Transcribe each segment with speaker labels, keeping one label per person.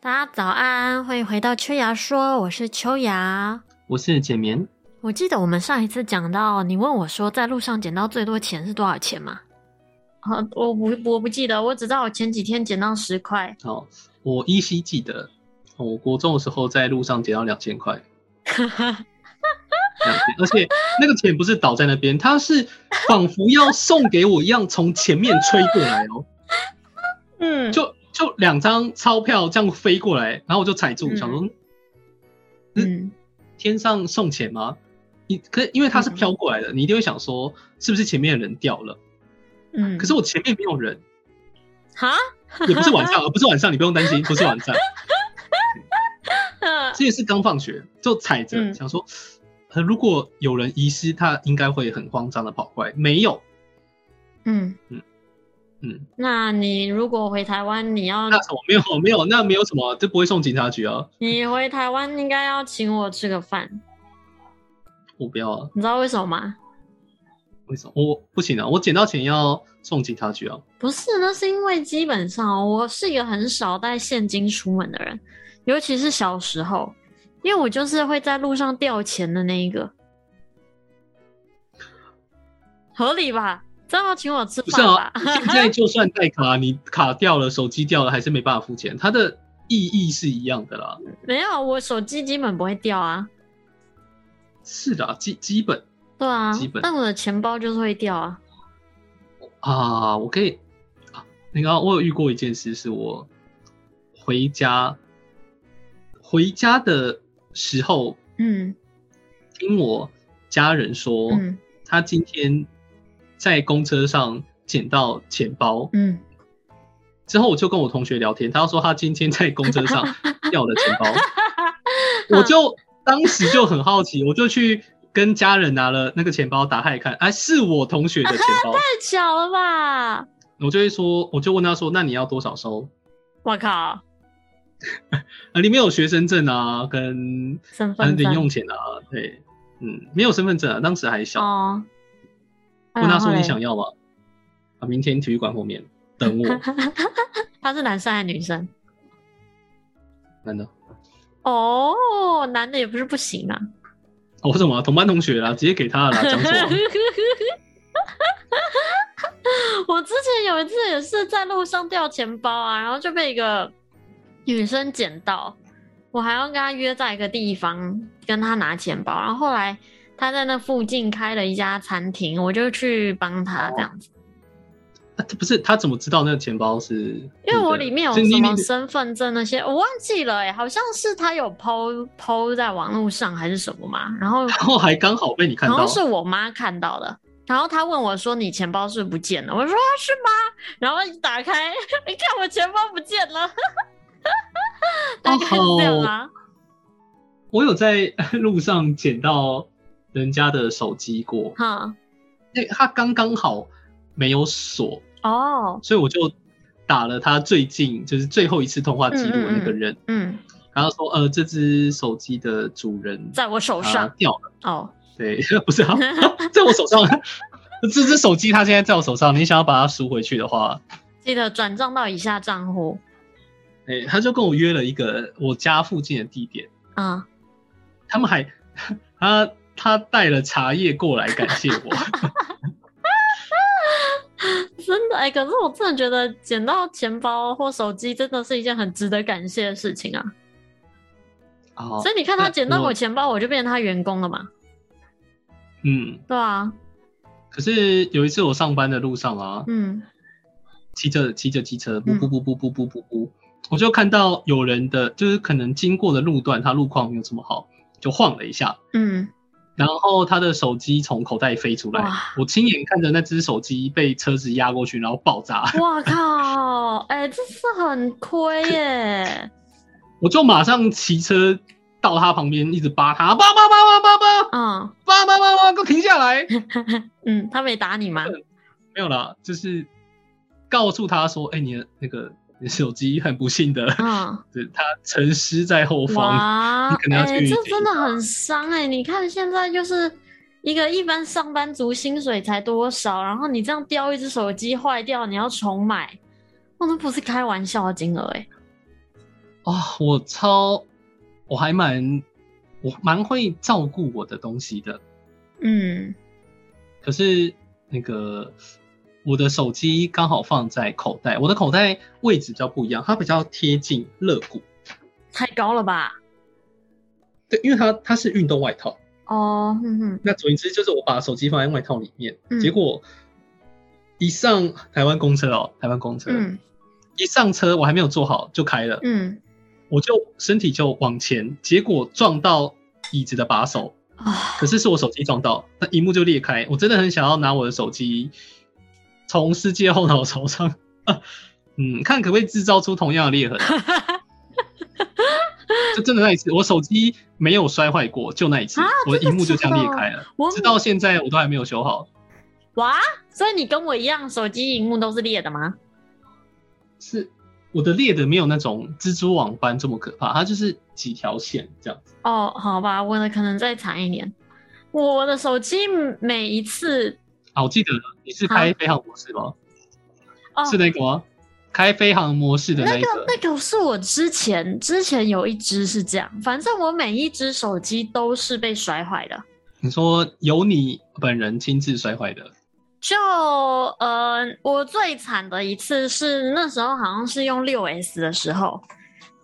Speaker 1: 大家早安，欢迎回到秋芽说，我是秋芽。
Speaker 2: 我是简眠，
Speaker 1: 我记得我们上一次讲到，你问我说在路上捡到最多钱是多少钱吗？啊，我不我不记得，我只知道我前几天捡到十 块，
Speaker 2: 哦，我依稀记得，我国中的时候在路上捡到两千块，两千，而且那个钱不是倒在那边，它是仿佛要送给我一样，从前面吹过来哦，
Speaker 1: 嗯，
Speaker 2: 就就两张钞票这样飞过来，然后我就踩住，
Speaker 1: 嗯
Speaker 2: 想说
Speaker 1: 嗯
Speaker 2: 天上送钱吗？你可因为它是飘过来的，你一定会想说是不是前面的人掉了？
Speaker 1: 嗯，
Speaker 2: 可是我前面没有人，
Speaker 1: 哈，
Speaker 2: 也不是晚上，呃不是晚上，你不用担心，不是晚上。这也是刚放学就踩着、
Speaker 1: 嗯
Speaker 2: 想说，呃，如果有人遗失，他应该会很慌张的跑过来。没有，
Speaker 1: 嗯，
Speaker 2: 嗯，
Speaker 1: 那你如果回台湾，你要
Speaker 2: 那什么没有没有，那没有什么，这不会送警察局啊，
Speaker 1: 你回台湾应该要请我吃个饭，
Speaker 2: 我不要啊，
Speaker 1: 你知道为什么吗？
Speaker 2: 为什么我不行啊？我捡到钱要送警察局啊，
Speaker 1: 不是，那是因为基本上哦我是一个很少带现金出门的人，尤其是小时候，因为我就是会在路上掉钱的那一个，合理吧？这样要请我吃
Speaker 2: 不是
Speaker 1: 饭吧
Speaker 2: 啊？，现在就算带卡，你卡掉了，手机掉了，还是没办法付钱，它的意义是一样的啦。
Speaker 1: 没有，啊我手机基本不会掉啊。
Speaker 2: 是的啊，基基本
Speaker 1: 对啊
Speaker 2: 基本，
Speaker 1: 但我的钱包就是会掉啊。
Speaker 2: 啊，我可以啊，那个啊我有遇过一件事，是我回家回家的时候，
Speaker 1: 嗯
Speaker 2: 听我家人说，
Speaker 1: 嗯
Speaker 2: 他今天在公车上捡到钱包，
Speaker 1: 嗯，
Speaker 2: 之后我就跟我同学聊天，他说他今天在公 车上掉了钱包，我就当时就很好奇，我就去跟家人拿了那个钱包打开看，哎、是我同学的钱包，
Speaker 1: 太巧了吧！
Speaker 2: 我就会说，我就问他说，那你要多少收？
Speaker 1: 我靠，
Speaker 2: 啊，里面有学生证啊，跟
Speaker 1: 身
Speaker 2: 反
Speaker 1: 份
Speaker 2: 正零
Speaker 1: 证
Speaker 2: 用钱啊，对，嗯，没有身份证啊，当时还小。
Speaker 1: 哦。嗯
Speaker 2: 问他
Speaker 1: 然后
Speaker 2: 说
Speaker 1: 嘞
Speaker 2: 你想要吗？啊，明天体育馆后面等我，
Speaker 1: 嗯 他是男生还是女生？
Speaker 2: 男的，
Speaker 1: 哦，男的也不是不行啊。
Speaker 2: 哦，我怎么啊同班同学啦，直接给他了啦，讲什么？
Speaker 1: 我之前有一次也是在路上掉钱包啊，然后就被一个女生捡到，我还要跟她约在一个地方跟她拿钱包，然后后来她在那附近开了一家餐厅，我就去帮她这
Speaker 2: 哦
Speaker 1: 样子，
Speaker 2: 啊这不是他怎么知道那个钱包是你的？
Speaker 1: 因为我里面有
Speaker 2: 是
Speaker 1: 什
Speaker 2: 你
Speaker 1: 么
Speaker 2: 你
Speaker 1: 身份证那些，我忘记了哎、好像是她有抛抛在网络上还是什么嘛，然后
Speaker 2: 然后还刚好被你看
Speaker 1: 然
Speaker 2: 到
Speaker 1: 后，是我妈看到的，然后她问我说：“你钱包是不是不见了？”我说：“啊是吗？”然后一打开， 你看我钱包不见了， 大概是这样
Speaker 2: 哦
Speaker 1: 啊。
Speaker 2: 我有在 路上捡到人家的手机过，
Speaker 1: 哈、
Speaker 2: 那他刚刚好没有锁，
Speaker 1: 哦，
Speaker 2: 所以我就打了他最近就是最后一次通话记录的那个人，
Speaker 1: 嗯，
Speaker 2: 然后说呃这只手机的主人
Speaker 1: 在我手
Speaker 2: 啊
Speaker 1: 上、
Speaker 2: 掉了，
Speaker 1: 哦，
Speaker 2: 对， 不是啊，在我手上， 这只手机它现在在我手上，你想要把它赎回去的话，
Speaker 1: 记得转账到以下账户
Speaker 2: 哎、他就跟我约了一个我家附近的地点，
Speaker 1: 啊。
Speaker 2: 他们还 他他带了茶叶过来感谢 我，
Speaker 1: 真的哎、可是我真的觉得捡到钱包或手机真的是一件很值得感谢的事情啊。
Speaker 2: 啊，
Speaker 1: 所以你看他
Speaker 2: 那
Speaker 1: 捡到
Speaker 2: 我
Speaker 1: 我钱包，我就变成他员工了嘛，
Speaker 2: 嗯，
Speaker 1: 对啊，
Speaker 2: 可是有一次我上班的路上啊，
Speaker 1: 嗯
Speaker 2: 骑着骑着机车，
Speaker 1: 嗯
Speaker 2: 噗噗噗噗噗噗噗噗，我就看到有人的，就是可能经过的路段，他路况没有这么好，就晃了一下，
Speaker 1: 嗯，
Speaker 2: 然后他的手机从口袋飞出来
Speaker 1: 哇，
Speaker 2: 我亲眼看着那只手机被车子压过去，然后爆炸，
Speaker 1: 哇靠！哎、这是很亏 耶！
Speaker 2: 我就马上骑车到他旁边，一直扒他，扒扒扒扒扒扒
Speaker 1: 嗯
Speaker 2: 扒扒扒扒，给我停下来！
Speaker 1: 嗯，他没打你吗？
Speaker 2: 没有啦，就是告诉他说，哎、你的那个你的手机很不 幸的，
Speaker 1: 嗯，
Speaker 2: 就是他沉尸在后方。
Speaker 1: 哇
Speaker 2: 你可，能
Speaker 1: 哎、
Speaker 2: 要去
Speaker 1: 这
Speaker 2: 检
Speaker 1: 真的很伤哎、你看现在就是一个一般上班族薪水才多少，然后你这样掉一只手机坏掉，你要重买，哇，那不是开玩笑的金额哎、
Speaker 2: 啊，我超，我还蛮，我蛮会照顾我的东西的。
Speaker 1: 嗯，
Speaker 2: 可是那个我的手机刚好放在口袋，我的口袋位置比较不一样，它比较贴近肋骨。
Speaker 1: 太高了吧？
Speaker 2: 对，因为它它是运动外套。
Speaker 1: 哦，哼哼，
Speaker 2: 那总之就是我把手机放在外套里面，
Speaker 1: 嗯
Speaker 2: 结果一上台湾公车哦，台湾公车、
Speaker 1: 嗯
Speaker 2: 一上车，我还没有坐好就开了，
Speaker 1: 嗯，
Speaker 2: 我就身体就往前，结果撞到椅子的把手，
Speaker 1: 啊，
Speaker 2: 可是是我手机撞到，那荧幕就裂开。我真的很想要拿我的手机从世界后脑勺上， 嗯，看可不可以制造出同样 的裂痕。就真的那一次，我手机没有摔坏过，就那一次，
Speaker 1: 啊
Speaker 2: 我的
Speaker 1: 真的
Speaker 2: 荧幕就这样裂
Speaker 1: 假的哦
Speaker 2: 开了。
Speaker 1: 我
Speaker 2: 直到现在我都还没有修好，
Speaker 1: 哇，所以你跟我一样，手机荧幕都是裂的吗？
Speaker 2: 是我的裂的没有那种蜘蛛网般这么可怕，它就是几条线这样子。
Speaker 1: 哦，好吧，我的可能再惨一点。我的手机每一次
Speaker 2: 啊，我记得了你是开飞行模式吗？
Speaker 1: 哦，
Speaker 2: 是那个吗？开飞行模式的那
Speaker 1: 那
Speaker 2: 一
Speaker 1: 个
Speaker 2: 个，
Speaker 1: 那个是我之前之前有一只是这样，反正我每一只手机都是被摔坏的。
Speaker 2: 你说由你本人亲自摔坏的，
Speaker 1: 就呃，我最惨的一次是那时候好像是用六 S 的时候，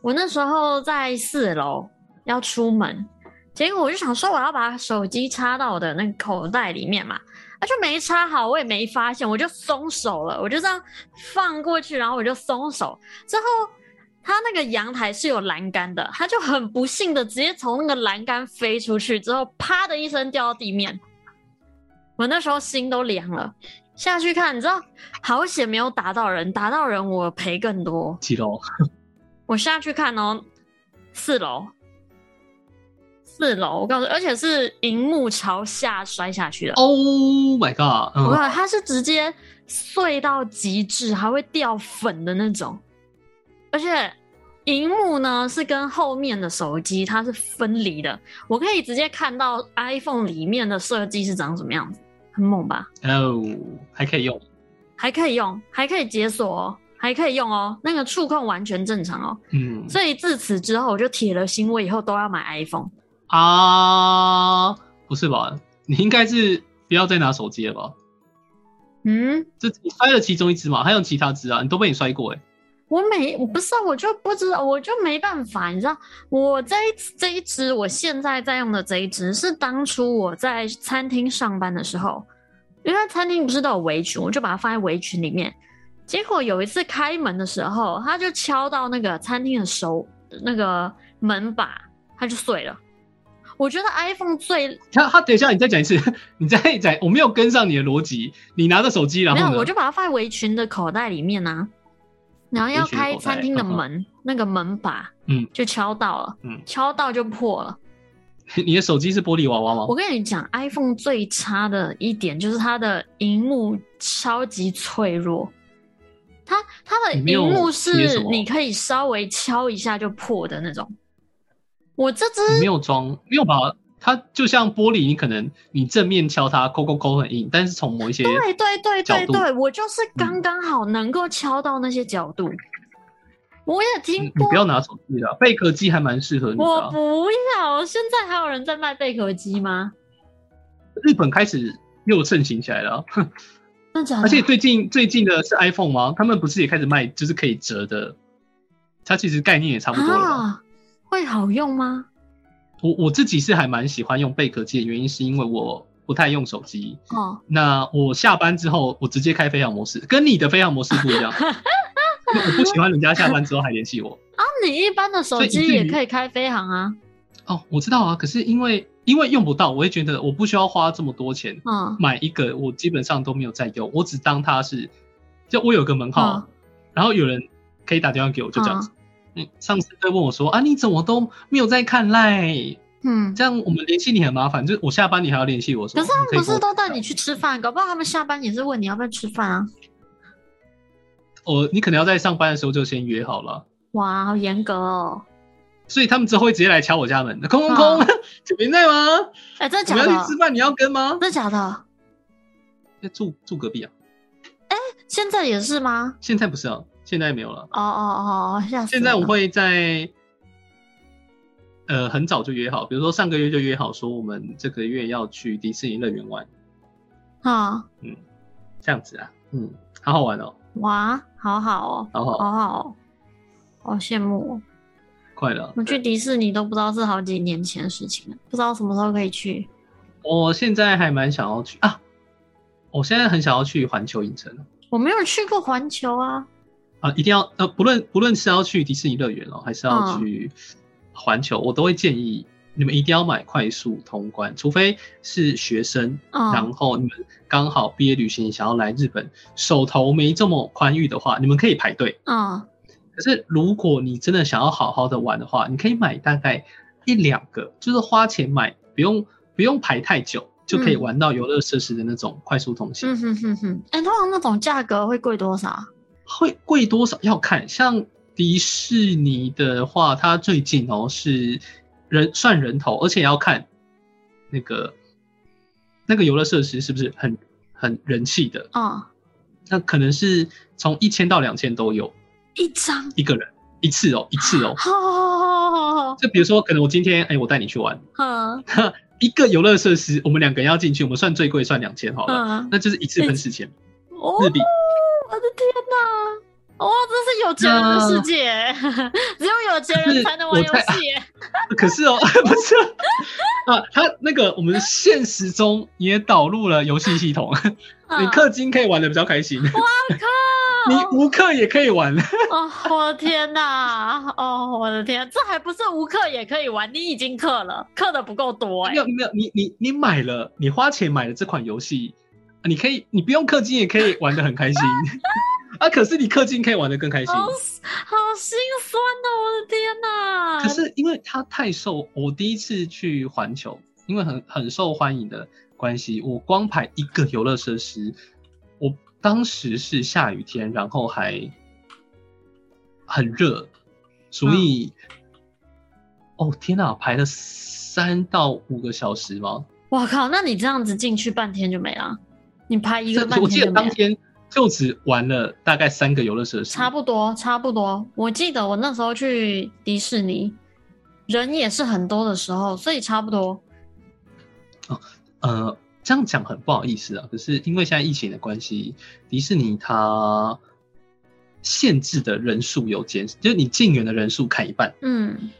Speaker 1: 我那时候在四楼要出门，结果我就想说我要把手机插到我的那个口袋里面嘛，啊就没插好，我也没发现，我就松手了，我就这样放过去，然后我就松手，之后。它那个阳台是有栏杆的，它就很不幸的直接从那个栏杆飞出去，之后啪的一声掉到地面。我那时候心都凉了，下去看，你知道，好险没有打到人，打到人我赔更多。
Speaker 2: 几楼？
Speaker 1: 我下去看哦，四楼，四楼，我告诉你，而且是荧幕朝下摔下去的。
Speaker 2: Oh my god！
Speaker 1: 我
Speaker 2: 嗯，
Speaker 1: 靠，它是直接碎到极致，还会掉粉的那种，而且。荧幕呢是跟后面的手机它是分离的，我可以直接看到 iPhone 里面的设计是长什么样子，很猛吧？
Speaker 2: 哦，还可以用。
Speaker 1: 还可以用，还可以解锁哦，还可以用哦，那个触控完全正常哦。
Speaker 2: 嗯
Speaker 1: 所以自此之后，我就铁了心，我以后都要买 iPhone。
Speaker 2: 啊，不是吧？你应该是不要再拿手机了吧？
Speaker 1: 嗯，
Speaker 2: 这你摔了其中一只嘛，还有其他只啊，你都被你摔过哎、
Speaker 1: 我每我不是啊我就不知道，我就没办法，你知道，我这一这一只，我现在在用的这一只是当初我在餐厅上班的时候，因为餐厅不是都有围裙，我就把它放在围裙里面。结果有一次开门的时候，它就敲到那个餐厅的手那个门把，它就碎了。我觉得 iPhone 最
Speaker 2: 他他等一下，你再讲一次， 你再讲，我没有跟上你的逻辑。你拿着手机，然
Speaker 1: 没
Speaker 2: 后
Speaker 1: 有，
Speaker 2: 呢？
Speaker 1: 我就把它放在围裙的口袋里面啊。然后要开餐厅的门，那个门把，
Speaker 2: 嗯，
Speaker 1: 就敲到了，
Speaker 2: 嗯
Speaker 1: 敲到就破了。
Speaker 2: 你的手机是玻璃娃娃吗
Speaker 1: 我？跟你讲，iPhone 最差的一点就是它的荧幕超级脆弱，它它的
Speaker 2: 你没有
Speaker 1: 荧幕
Speaker 2: 贴
Speaker 1: 是
Speaker 2: 什么
Speaker 1: 你可以稍微敲一下就破的那种。我这只
Speaker 2: 你没有装，没有吧？它就像玻璃，你可能你正面敲它，抠抠抠很硬，但是从某一些
Speaker 1: 对对对对
Speaker 2: 角度嗯
Speaker 1: 对，我就是刚刚好能够敲到那些角度。我也
Speaker 2: 你
Speaker 1: 听
Speaker 2: 你
Speaker 1: 过
Speaker 2: 不要拿手机了，贝壳机还蛮适合你的
Speaker 1: 我
Speaker 2: 啊、
Speaker 1: 不要，现在还有人在卖贝壳机吗？
Speaker 2: 日本开始又盛行起来了啊、
Speaker 1: 那假的？
Speaker 2: 而且最近最近的是 iPhone 吗？他们不是也开始卖，就是可以折的？它其实概念也差不多了吧。
Speaker 1: 啊，会好用吗？
Speaker 2: 我我自己是还蛮喜欢用贝壳机的原因，是因为我不太用手机，
Speaker 1: 哦，
Speaker 2: 那我下班之后，我直接开飞行模式，跟你的飞行模式不一样。因为我不喜欢人家下班之后还联系我。
Speaker 1: 那你一般的手
Speaker 2: 所以以
Speaker 1: 机
Speaker 2: 至
Speaker 1: 也
Speaker 2: 于
Speaker 1: 可以开飞行啊。
Speaker 2: 哦，我知道啊，可是因为因为用不到，我也觉得我不需要花这么多钱
Speaker 1: 嗯，
Speaker 2: 买一个，我基本上都没有在用，我只当它是，就我有个门号，
Speaker 1: 嗯
Speaker 2: 然后有人可以打电话给我，就这样子。嗯，上次在问我说啊，你怎么都没有在看赖？
Speaker 1: 嗯，
Speaker 2: 这样我们联系你很麻烦，就是我下班你还要联系我说。
Speaker 1: 可是他
Speaker 2: 你
Speaker 1: 们不
Speaker 2: 以跟
Speaker 1: 是
Speaker 2: 我
Speaker 1: 都带你去吃饭，搞不好他们下班也是问你要不要吃饭啊。
Speaker 2: 我哦你可能要在上班的时候就先约好了。
Speaker 1: 哇，好严格哦！
Speaker 2: 所以他们之后会直接来敲我家门，空空 空，九平在吗？
Speaker 1: 哎、嗯真
Speaker 2: 我
Speaker 1: 的假
Speaker 2: 们要
Speaker 1: 的
Speaker 2: 去？吃饭，你要跟吗
Speaker 1: 真？的假的？
Speaker 2: 住住隔壁啊？
Speaker 1: 现在也是吗？
Speaker 2: 现在不是啊，现在没有了。
Speaker 1: 哦哦哦，吓死！
Speaker 2: 现在我，会在呃很早就约好，比如说上个月就约好说我们这个月要去迪士尼乐园玩，
Speaker 1: 啊、
Speaker 2: 这样子啊，嗯，好好玩哦，
Speaker 1: 哇，好好哦，
Speaker 2: 好好，
Speaker 1: 好好哦，好羡慕哦！
Speaker 2: 快乐。
Speaker 1: 我去迪士尼都不知道是好几年前的事情了，不知道什么时候可以去。
Speaker 2: 我现在还蛮想要去啊，我现在很想要去环球影城哦
Speaker 1: 我没有去过环球啊，
Speaker 2: 啊，一定要呃，不论不论是要去迪士尼乐园哦，还是要
Speaker 1: 嗯
Speaker 2: 去环球，我都会建议你们一定要买快速通关，除非是学生，
Speaker 1: 嗯
Speaker 2: 然后你们刚好毕业旅行想要来日本，手头没这么宽裕的话，你们可以排队。
Speaker 1: 嗯
Speaker 2: 可是如果你真的想要好好的玩的话，你可以买大概一两个，就是花钱买，不用不用排太久，就可以
Speaker 1: 嗯
Speaker 2: 玩到游乐设施的那种快速通行。
Speaker 1: 嗯哼哼哼，哎、通常那种价格会贵多少啊？
Speaker 2: 会贵多少要看，像迪士尼的话，它最近哦是人算人头，而且要看那个那个游乐设施是不是很很人气的，
Speaker 1: 嗯，
Speaker 2: 那可能是从一千到两千都有
Speaker 1: 一张，
Speaker 2: 一个人一次哦，一次哦。
Speaker 1: 好好好好好
Speaker 2: 就比如说，可能我今天哎、我带你去玩
Speaker 1: 嗯
Speaker 2: 一个游乐设施，我们两个人要进去，我们算最贵算两千好了，
Speaker 1: 嗯，
Speaker 2: 那就是一次分四千
Speaker 1: 哦，
Speaker 2: 日币。
Speaker 1: 我的天哪！哦，这是有钱人的世界，只有有钱人才能玩游
Speaker 2: 可
Speaker 1: 戏。
Speaker 2: 可是哦， 不是啊，啊他那个我们现实中也导入了游戏系统，你
Speaker 1: 嗯
Speaker 2: 氪金可以玩的比较开心，你
Speaker 1: 靠！
Speaker 2: 无氪也可 以玩。
Speaker 1: 哦，我的天哪！哦，我的天，这还不是无氪也可以玩，你已经氪了，氪的不够多哎、
Speaker 2: 没有没有，你你你买了，你花钱买了这款游戏，啊你可以你不用氪金也可以玩的很 开心啊。可是你氪金可以玩的更开心，
Speaker 1: 好好心酸哦！我的天哪！
Speaker 2: 可是因为它太受我第一次去环球，因为很很受欢迎的关系，我光排一个游乐设施，我当时是下雨天，然后还很热，所以、
Speaker 1: 嗯
Speaker 2: 哦天哪，排了三到五个小时吗？
Speaker 1: 我靠，那你这样子进去半天就没了，你拍一个半
Speaker 2: 我记
Speaker 1: 天
Speaker 2: 得
Speaker 1: 就没
Speaker 2: 当
Speaker 1: 了。
Speaker 2: 天就只玩了大概三个游乐设施，
Speaker 1: 差不多，差不多。我记得我那时候去迪士尼，人也是很多的时候，所以差不多。
Speaker 2: 呃，这样讲很不好意思啊，可是因为现在疫情的关系，迪士尼它限制的人数有减，就是你进园的人数砍一半。
Speaker 1: 嗯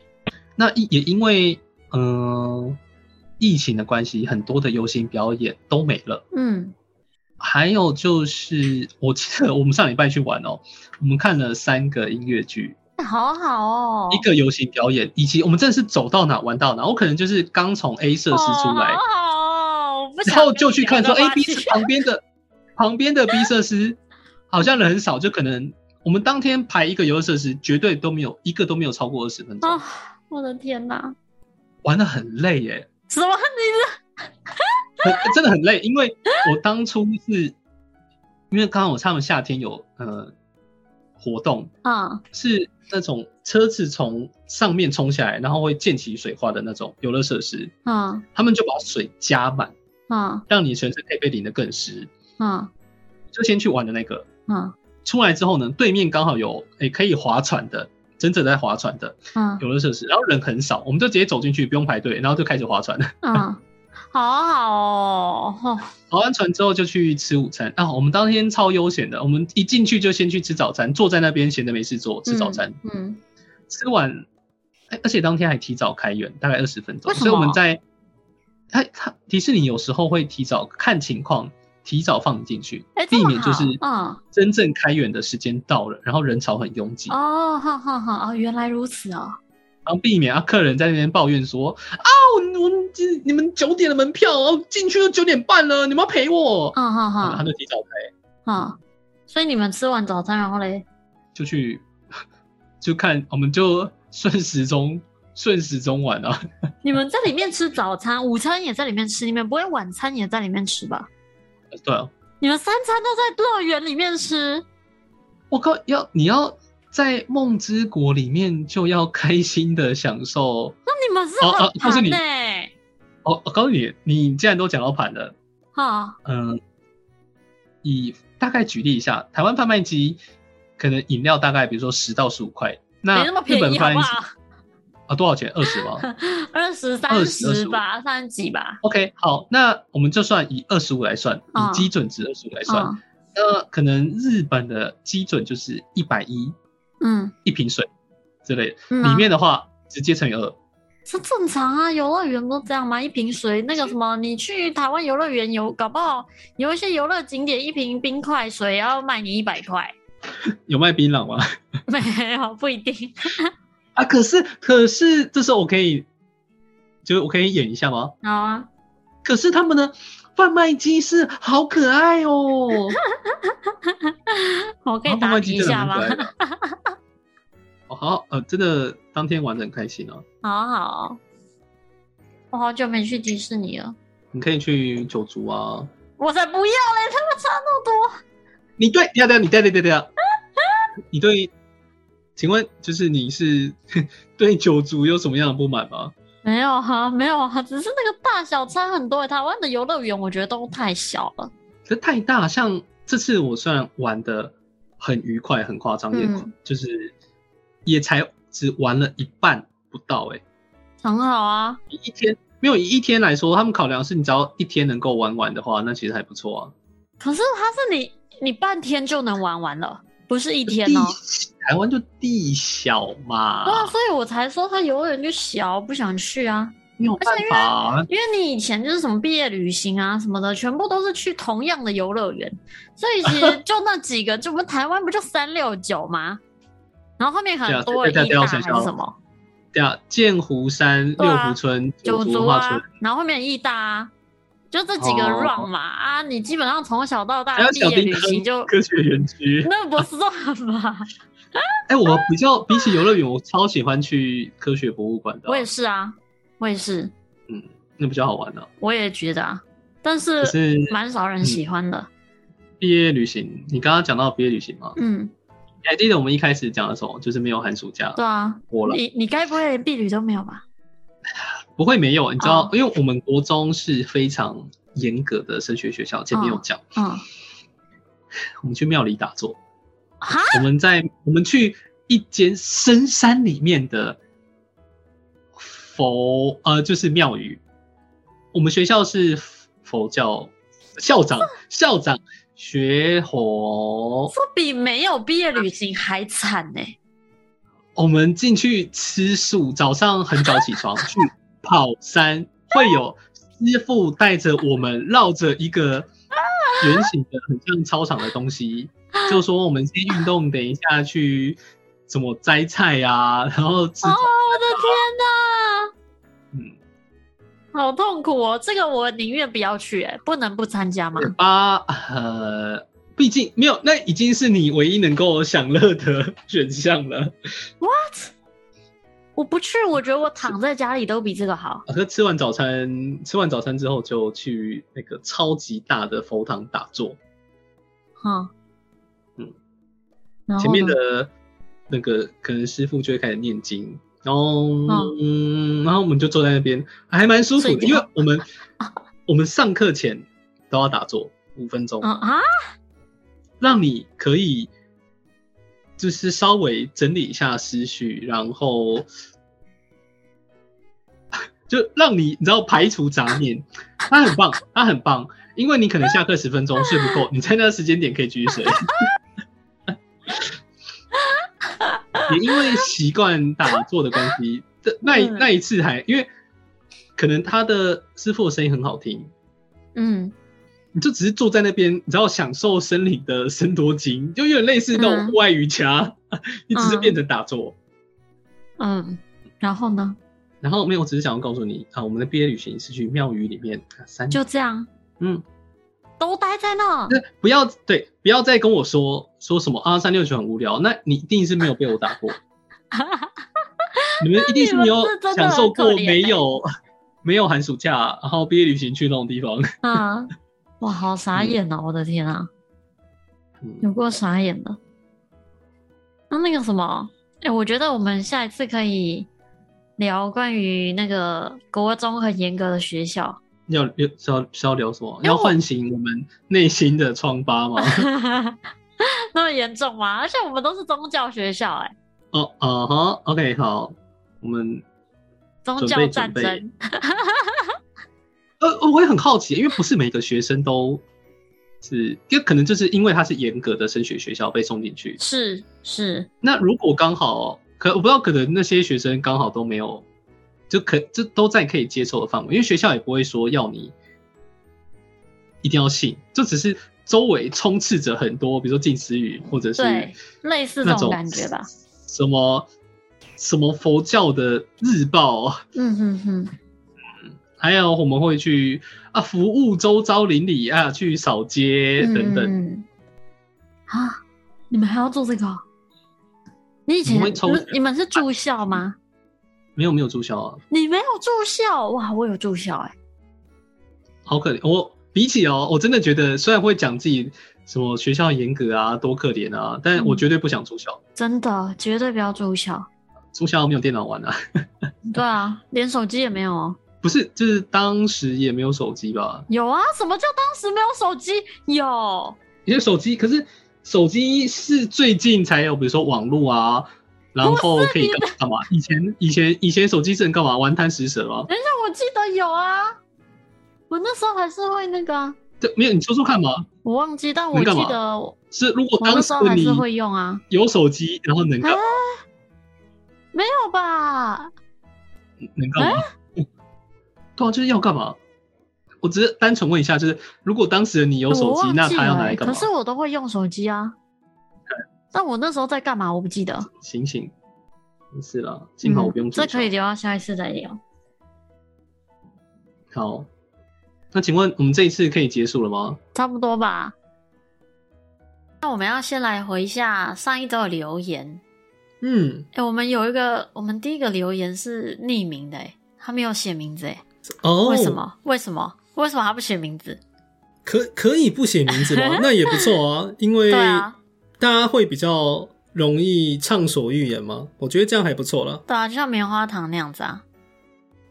Speaker 2: 那一也因为呃疫情的关系，很多的游行表演都没了。
Speaker 1: 嗯
Speaker 2: 还有就是，我记得我们上礼拜去玩哦，我们看了三个音乐剧，
Speaker 1: 好好哦，
Speaker 2: 一个游行表演，以及我们真的是走到哪玩到哪。我可能就是刚从 A 设施出来，
Speaker 1: 哦好好哦，我 不想
Speaker 2: 然后就去看说，
Speaker 1: 跟你聊
Speaker 2: 哎，B
Speaker 1: 这个
Speaker 2: 是
Speaker 1: 话题
Speaker 2: 旁边的旁边 的 B 设施好像人很少，就可能我们当天排一个游乐设施，绝对都没有一个都没有超过二十分钟，
Speaker 1: 哦，我的天哪，
Speaker 2: 玩的很累耶，
Speaker 1: 什么？你
Speaker 2: 很真的很累，因为我当初是因为刚好他们夏天有呃活动，
Speaker 1: 这啊
Speaker 2: 是那种车子从上面冲下来，然后会溅起水花的那种游乐设施，
Speaker 1: 啊
Speaker 2: 他们就把水加满，
Speaker 1: 啊
Speaker 2: 让你全身可以被淋得更湿，
Speaker 1: 啊
Speaker 2: 就先去玩的那个。
Speaker 1: 啊
Speaker 2: 出来之后呢，对面刚好有诶、可以划船的，真正在划船的
Speaker 1: 啊
Speaker 2: 游乐设施，然后人很少，我们就直接走进去，不用排队，然后就开始划船。
Speaker 1: 啊！好好哦，哦
Speaker 2: 划完船之后就去吃午餐啊，我们当天超悠闲的，我们一进去就先去吃早餐，坐在那边闲的没事做，吃早餐，
Speaker 1: 嗯，
Speaker 2: 吃完，哎、而且当天还提早开园，大概二十分钟，
Speaker 1: 为什么
Speaker 2: 所以我们在他他迪士尼有时候会提早看情况，提早放你进去，
Speaker 1: 哎，这
Speaker 2: 避
Speaker 1: 么
Speaker 2: 免就是
Speaker 1: 好嗯
Speaker 2: 真正开园的时间到了，然后人潮很拥挤。
Speaker 1: 哦，好好好哦，原来如此哦，
Speaker 2: 然后避免啊客人在那边抱怨说啊，我我这你们九点的门票，哦，进去都九点半了，你们要陪我。
Speaker 1: 嗯好
Speaker 2: 啊，
Speaker 1: 好
Speaker 2: 他就提早开，
Speaker 1: 好，所以你们吃完早餐然后嘞，
Speaker 2: 就去就看，我们就顺时钟顺时钟玩啊。
Speaker 1: 你们在里面吃早餐，午餐也在里面吃，你们不会晚餐也在里面吃吧？
Speaker 2: 对啊，
Speaker 1: 你们三餐都在乐园里面吃，
Speaker 2: 我靠，要你要在梦之国里面就要开心的享受。
Speaker 1: 那你们是
Speaker 2: 哦哦
Speaker 1: 很欸
Speaker 2: 不是
Speaker 1: 盘
Speaker 2: 你
Speaker 1: 呢、
Speaker 2: 哦，我告诉你，你既然都讲到盘了，
Speaker 1: 哈、
Speaker 2: 呃嗯，以大概举例一下，台湾贩卖机可能饮料大概比如说十到十五块，
Speaker 1: 没
Speaker 2: 那
Speaker 1: 那么
Speaker 2: 日
Speaker 1: 便
Speaker 2: 本
Speaker 1: 宜，好
Speaker 2: 翻
Speaker 1: 不
Speaker 2: 译
Speaker 1: 好？
Speaker 2: 啊多少钱？二 十吗
Speaker 1: 二十三
Speaker 2: 20
Speaker 1: 十吧，三十几吧。
Speaker 2: ？OK，好，那我们就算以二十五来算，
Speaker 1: 嗯
Speaker 2: 以基准值二十五来算，
Speaker 1: 嗯
Speaker 2: 那可能日本的基准就是一百一
Speaker 1: 嗯
Speaker 2: 一瓶水之类的，
Speaker 1: 嗯啊，
Speaker 2: 里面的话直接乘以二。
Speaker 1: 这正常啊，游乐园都这样嘛，一瓶水那个什么，你去台湾游乐园游，搞不好有一些游乐景点一瓶冰块水要卖你一百块，
Speaker 2: 有卖槟榔吗？
Speaker 1: 没有不一定。
Speaker 2: 啊，可是可是这时候我可以，就是我可以演一下吗？
Speaker 1: 好啊，
Speaker 2: 可是他们的贩卖机是好可爱哦，
Speaker 1: 我可以
Speaker 2: 啊贩
Speaker 1: 打
Speaker 2: 卖
Speaker 1: 你
Speaker 2: 机
Speaker 1: 一
Speaker 2: 真的
Speaker 1: 下
Speaker 2: 蛮可
Speaker 1: 吗？
Speaker 2: 爱的。哦，好，呃，真的当天玩的很开心哦。
Speaker 1: 好好，我好久没去迪士尼了，
Speaker 2: 你可以去九族啊。
Speaker 1: 我才不要嘞，他们差那么多。
Speaker 2: 你对，等一下等一下，你对对对对啊，你对，请问就是你是 对九族有什么样的不满吗？
Speaker 1: 没有哈、没有啊，只是那个大小差很多。台湾的游乐园我觉得都太小了。
Speaker 2: 可是太大，像这次我虽然玩的很愉快、很夸张，也、
Speaker 1: 嗯
Speaker 2: 就是也才只玩了一半不到、欸，哎，
Speaker 1: 很好啊，
Speaker 2: 一天没有以一天来说，他们考量是你只要一天能够玩完的话，那其实还不错啊。
Speaker 1: 可是它是你你半天就能玩完了，不是一天
Speaker 2: 地
Speaker 1: 哦。
Speaker 2: 台湾就地小嘛，
Speaker 1: 对啊，所以我才说它游乐园就小，不想去啊。
Speaker 2: 没有办法、啊。
Speaker 1: 因为你以前就是什么毕业旅行啊什么的，全部都是去同样的游乐园，所以其 实就那几个，就我们台湾不就三六九吗？然后后面很多
Speaker 2: 对啊对对对
Speaker 1: 一
Speaker 2: 对
Speaker 1: 大还
Speaker 2: 我想
Speaker 1: 是
Speaker 2: 想
Speaker 1: 什么
Speaker 2: 对啊，剑湖山、
Speaker 1: 对
Speaker 2: 六
Speaker 1: 啊
Speaker 2: 湖村、
Speaker 1: 九
Speaker 2: 族
Speaker 1: 族
Speaker 2: 化村
Speaker 1: 啊，，然后后面一大啊，就这几个
Speaker 2: 哦
Speaker 1: run 嘛啊，你基本上从小到大
Speaker 2: 还有
Speaker 1: 毕
Speaker 2: 小
Speaker 1: 业
Speaker 2: 叮
Speaker 1: 旅
Speaker 2: 当
Speaker 1: 行就
Speaker 2: 科学园区。
Speaker 1: 那不算吧？
Speaker 2: 哎、我比较比起游乐园，我超喜欢去科学博物馆的啊、
Speaker 1: 我也是啊，我也是。
Speaker 2: 那比较好玩的、啊。
Speaker 1: 我也觉得啊，但
Speaker 2: 可
Speaker 1: 是
Speaker 2: 是
Speaker 1: 蛮少人喜欢的。
Speaker 2: 毕业旅行，你刚刚讲到毕业旅行嘛？
Speaker 1: 嗯，
Speaker 2: 你还记得我们一开始讲的时候，就是没有寒暑假
Speaker 1: 对，啊，
Speaker 2: 我了
Speaker 1: 你你该不会连婢女都没有吧？
Speaker 2: 不会没有，你知道，
Speaker 1: 哦
Speaker 2: 因为我们国中是非常严格的升学学校，前面有讲，
Speaker 1: 嗯，
Speaker 2: 我们去庙里打坐，
Speaker 1: 哈，
Speaker 2: 我们在我们去一间深山里面的佛呃，就是庙宇。我们学校是佛教校长校长学佛，
Speaker 1: 这比没有毕业旅行还惨呢、
Speaker 2: 我们进去吃素，早上很早起床去跑山，会有师傅带着我们绕着一个圆形的很像操场的东西，就说我们先运动，等一下去怎么摘菜呀、然后吃
Speaker 1: 哦，我的天哪，
Speaker 2: 嗯
Speaker 1: 好痛苦哦！这个我宁愿不要去、哎，不能不参加吗？
Speaker 2: 八呃。毕竟没有，那已经是你唯一能够享乐的选项了。
Speaker 1: 我不去，我觉得我躺在家里都比这个好。
Speaker 2: 啊，可是吃完早餐，吃完早餐之后就去那个超级大的佛堂打坐，
Speaker 1: 嗯
Speaker 2: 嗯
Speaker 1: 然后
Speaker 2: 前面
Speaker 1: 呢
Speaker 2: 的那个可能师傅就会开始念经，然后、嗯，然后我们就坐在那边，还蛮舒服
Speaker 1: 睡
Speaker 2: 的，
Speaker 1: 觉
Speaker 2: 因为我们我们上课前都要打坐五 分钟，
Speaker 1: 嗯啊，
Speaker 2: 让你可以就是稍微整理一下思绪，然后 就让你你知道排除杂念，它很棒，它很棒，因为你可能下课十分钟睡不够，你在那个时间点可以继续睡。 也因为习惯打坐的关系，这那一
Speaker 1: 嗯
Speaker 2: 那一次还因为可能他的师傅的声音很好听，
Speaker 1: 嗯，
Speaker 2: 你就只是坐在那边，你知道享受森林的森多精，就有点类似那种
Speaker 1: 嗯
Speaker 2: 户外瑜 伽，你只是
Speaker 1: 嗯
Speaker 2: 变成打坐。
Speaker 1: 嗯，然后呢？
Speaker 2: 然后没有，我只是想要告诉你啊，我们的毕业旅行是去庙宇里面啊三，
Speaker 1: 就这样，
Speaker 2: 嗯，
Speaker 1: 都待在 那。
Speaker 2: 那不要对，不要再跟我说说什么啊，三六九很无聊，那你一定是没有被我打过，你们一定是没有
Speaker 1: 那你们是真的
Speaker 2: 享
Speaker 1: 很
Speaker 2: 受过
Speaker 1: 可怜欸
Speaker 2: 没有没有寒暑假，然后毕业旅行去那种地方，
Speaker 1: 嗯，哇，好傻眼哦！我的天啊，有
Speaker 2: 嗯，
Speaker 1: 过傻眼的。那那个什么，哎、我觉得我们下一次可以聊关于那个国中很严格的学校。
Speaker 2: 要要是要是要聊什么？
Speaker 1: 因为
Speaker 2: 要
Speaker 1: 我
Speaker 2: 唤醒我们内心的疮疤吗？
Speaker 1: 那么严重吗？而且我们都是宗教学校、哎，
Speaker 3: 哦，啊哈，OK，好，我们
Speaker 1: 宗
Speaker 3: 准
Speaker 1: 教
Speaker 3: 备
Speaker 1: 战
Speaker 3: 准备
Speaker 1: 争，
Speaker 3: 呃，我也很好奇，因为不是每个学生都是，也可能就是因为他是严格的升学学校被送进去。
Speaker 1: 是是，
Speaker 3: 那如果刚好，可我不知道，可能那些学生刚好都没有，就可这都在可以接受的范围，因为学校也不会说要你一定要信，就只是周围充斥着很多，比如说近思语或者是
Speaker 1: 对，类似这
Speaker 3: 那
Speaker 1: 种
Speaker 3: 种
Speaker 1: 感觉吧。
Speaker 3: 什么什么佛教的日报，
Speaker 1: 嗯哼哼，
Speaker 3: 还有我们会去啊服务周遭邻里啊，去扫街等等。
Speaker 1: 嗯啊，你们还要做这个哦？你以前
Speaker 3: 我们会抽
Speaker 1: 你们你们是住校吗？
Speaker 3: 没有没有住校啊，
Speaker 1: 你没有住校哇，我有住校哎、
Speaker 3: 好可怜。我比起哦，我真的觉得虽然会讲自己什么学校严格啊，多可怜啊，
Speaker 1: 嗯
Speaker 3: 但我绝对不想住校。
Speaker 1: 真的绝对不啊要住校。
Speaker 3: 住校没有电脑玩啊，
Speaker 1: 对啊，连手机也没有哦。
Speaker 3: 不是，就是当时也没有手机吧？
Speaker 1: 有啊，什么叫当时没有手机？有，
Speaker 3: 因为手机可是手机是最近才有，比如说网络啊。然后可以干干嘛？以前以前以前手机是能干嘛？玩贪食蛇啊吗？
Speaker 1: 但我记得有啊。我那时候还是会那个啊、
Speaker 3: 这没有，你说说看嘛。
Speaker 1: 我忘记，但我
Speaker 3: 你干嘛
Speaker 1: 记得我
Speaker 3: 是如果
Speaker 1: 我那
Speaker 3: 当
Speaker 1: 时候还
Speaker 3: 时
Speaker 1: 是
Speaker 3: 你
Speaker 1: 会用啊。
Speaker 3: 有手机，然后能干、
Speaker 1: 啊没有吧？
Speaker 3: 能干
Speaker 1: 啊
Speaker 3: 嘛？ 对啊，就是要干嘛？我只是单纯问一下，就是如果当时的你有手
Speaker 1: 我
Speaker 3: 机，
Speaker 1: 忘
Speaker 3: 那
Speaker 1: 记
Speaker 3: 他要
Speaker 1: 了
Speaker 3: 拿
Speaker 1: 欸
Speaker 3: 来干
Speaker 1: 可
Speaker 3: 嘛？
Speaker 1: 是我都会用手机啊。但我那时候在干嘛？我不记得。
Speaker 3: 醒醒，没事啦，幸好我不用
Speaker 1: 嗯
Speaker 3: 住
Speaker 1: 这
Speaker 3: 校
Speaker 1: 可以留到下一次再聊。
Speaker 3: 好，那请问我们这一次可以结束了吗？
Speaker 1: 差不多吧。那我们要先来回一下上一周的留言。
Speaker 3: 嗯，
Speaker 1: 哎、我们有一个，我们第一个留言是匿名的、欸，他没有写名字、欸，
Speaker 2: 哦，
Speaker 1: 为什？么？为什么？为什么他不写名字？
Speaker 2: 可可以不写名字吗？ 那也不错啊，因为
Speaker 1: 对啊，
Speaker 2: 大家会比较容易畅所欲言嘛。我觉得这样还不错啦。
Speaker 1: 对啊，就像棉花糖那样子啊。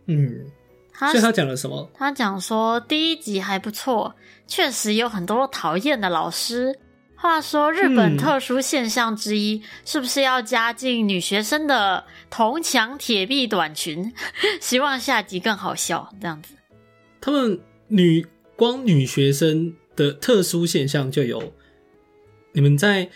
Speaker 2: 嗯，
Speaker 1: 他
Speaker 2: 所以他讲了什么？
Speaker 1: 他讲说第一集还不错，确实有很多讨厌的老师。话说日本
Speaker 2: 嗯
Speaker 1: 特殊现象之一，是不是要加进女学生的铜墙铁壁短裙？ 希望下集更好笑，这样子。
Speaker 2: 他们女光女学生的特殊现象就有，你们在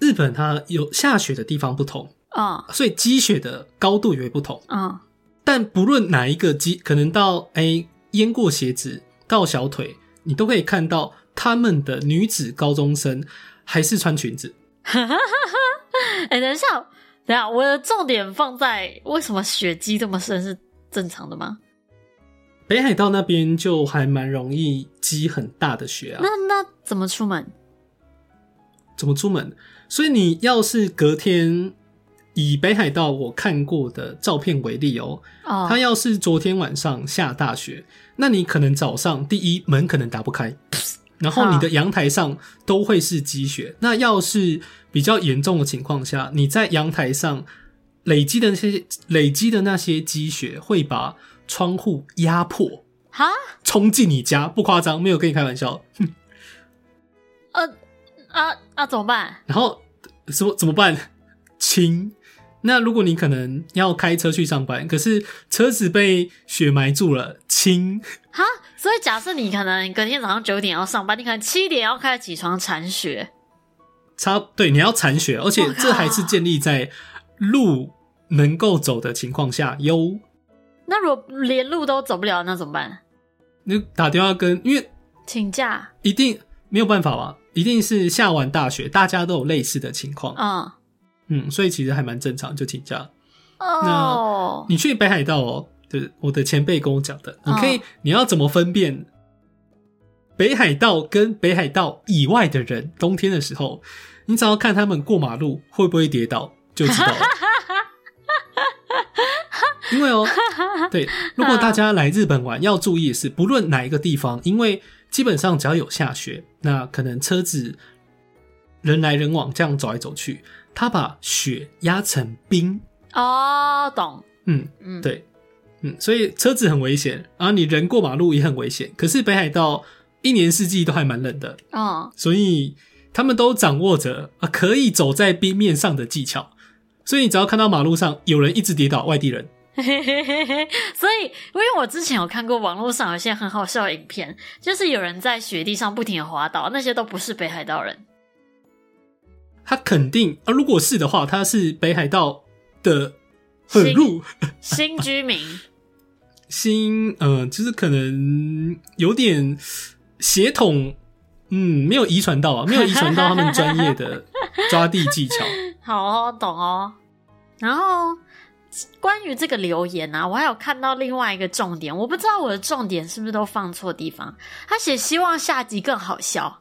Speaker 2: 日本它有下雪的地方不同，
Speaker 1: 嗯
Speaker 2: 所以积雪的高度也会不同。
Speaker 1: 嗯
Speaker 2: 但不论哪一个肌，可能到哎淹过鞋子到小腿，你都可以看到他们的女子高中生还是穿裙子。
Speaker 1: 哎、等一下，等一下，我的重点放在为什么血迹这么深是正常的吗？
Speaker 2: 北海道那边就还蛮容易积很大的雪啊
Speaker 1: 那，那怎么出门？
Speaker 2: 怎么出门？所以你要是隔天以北海道我看过的照片为例哦，
Speaker 1: 哦，
Speaker 2: 它要是昨天晚上下大雪，那你可能早上第一门可能打不开，然后你的阳台上都会是积雪。那要是比较严重的情况下，你在阳台上累积的那些累积的那些积雪会把窗户压破，
Speaker 1: 哈，
Speaker 2: 冲进你家，不夸张，没有跟你开玩笑。
Speaker 1: 呃啊啊，怎么办？
Speaker 2: 然后怎么怎么办？ 清。那如果你可能要开车去上班，可是车子被雪埋住了，清。
Speaker 1: 哈，所以假设你可能隔天早上九点要上班，你可能七点要开始起床铲雪，
Speaker 2: 差对，你要铲雪，而且
Speaker 1: 我靠
Speaker 2: 这还是建立在路能够走的情况下哟。
Speaker 1: 那如果连路都走不了，那怎么办？
Speaker 2: 你打电话跟，因为
Speaker 1: 请假？
Speaker 2: 一定没有办法嘛，一定是下完大雪，大家都有类似的情况，
Speaker 1: 嗯
Speaker 2: 嗯，所以其实还蛮正常，就请假。
Speaker 1: 哦，
Speaker 2: 你去北海道哦，就是我的前辈跟我讲的，你
Speaker 1: 嗯
Speaker 2: 可以，你要怎么分辨北海道跟北海道以外的人？冬天的时候，你只要看他们过马路会不会跌倒，就知道了。 因为哦，对，如果大家来日本玩，要注意的是，不论哪一个地方，因为基本上只要有下雪，那可能车子人来人往这样走来走去，它把雪压成冰，
Speaker 1: 哦，懂，
Speaker 2: 嗯，
Speaker 1: 嗯，
Speaker 2: 对，嗯，所以车子很危险，然后你人过马路也很危险。可是北海道一年四季都还蛮冷的，
Speaker 1: 嗯，
Speaker 2: 所以他们都掌握着啊可以走在冰面上的技巧，所以你只要看到马路上有人一直跌倒，外地人，
Speaker 1: 嘿嘿嘿嘿，所以，因为我之前有看过网络上有一些很好笑的影片，就是有人在雪地上不停的滑倒，那些都不是北海道人。
Speaker 2: 他肯定啊，如果是的话，他是北海道的呃
Speaker 1: 新
Speaker 2: 入
Speaker 1: 新居民，
Speaker 2: 新呃，就是可能有点血统，嗯，没有遗传到啊，没有遗传到他们专业的抓地技巧。
Speaker 1: 好哦，懂哦。然后关于这个留言啊，我还有看到另外一个重点，我不知道我的重点是不是都放错地方。他写希望下集更好笑，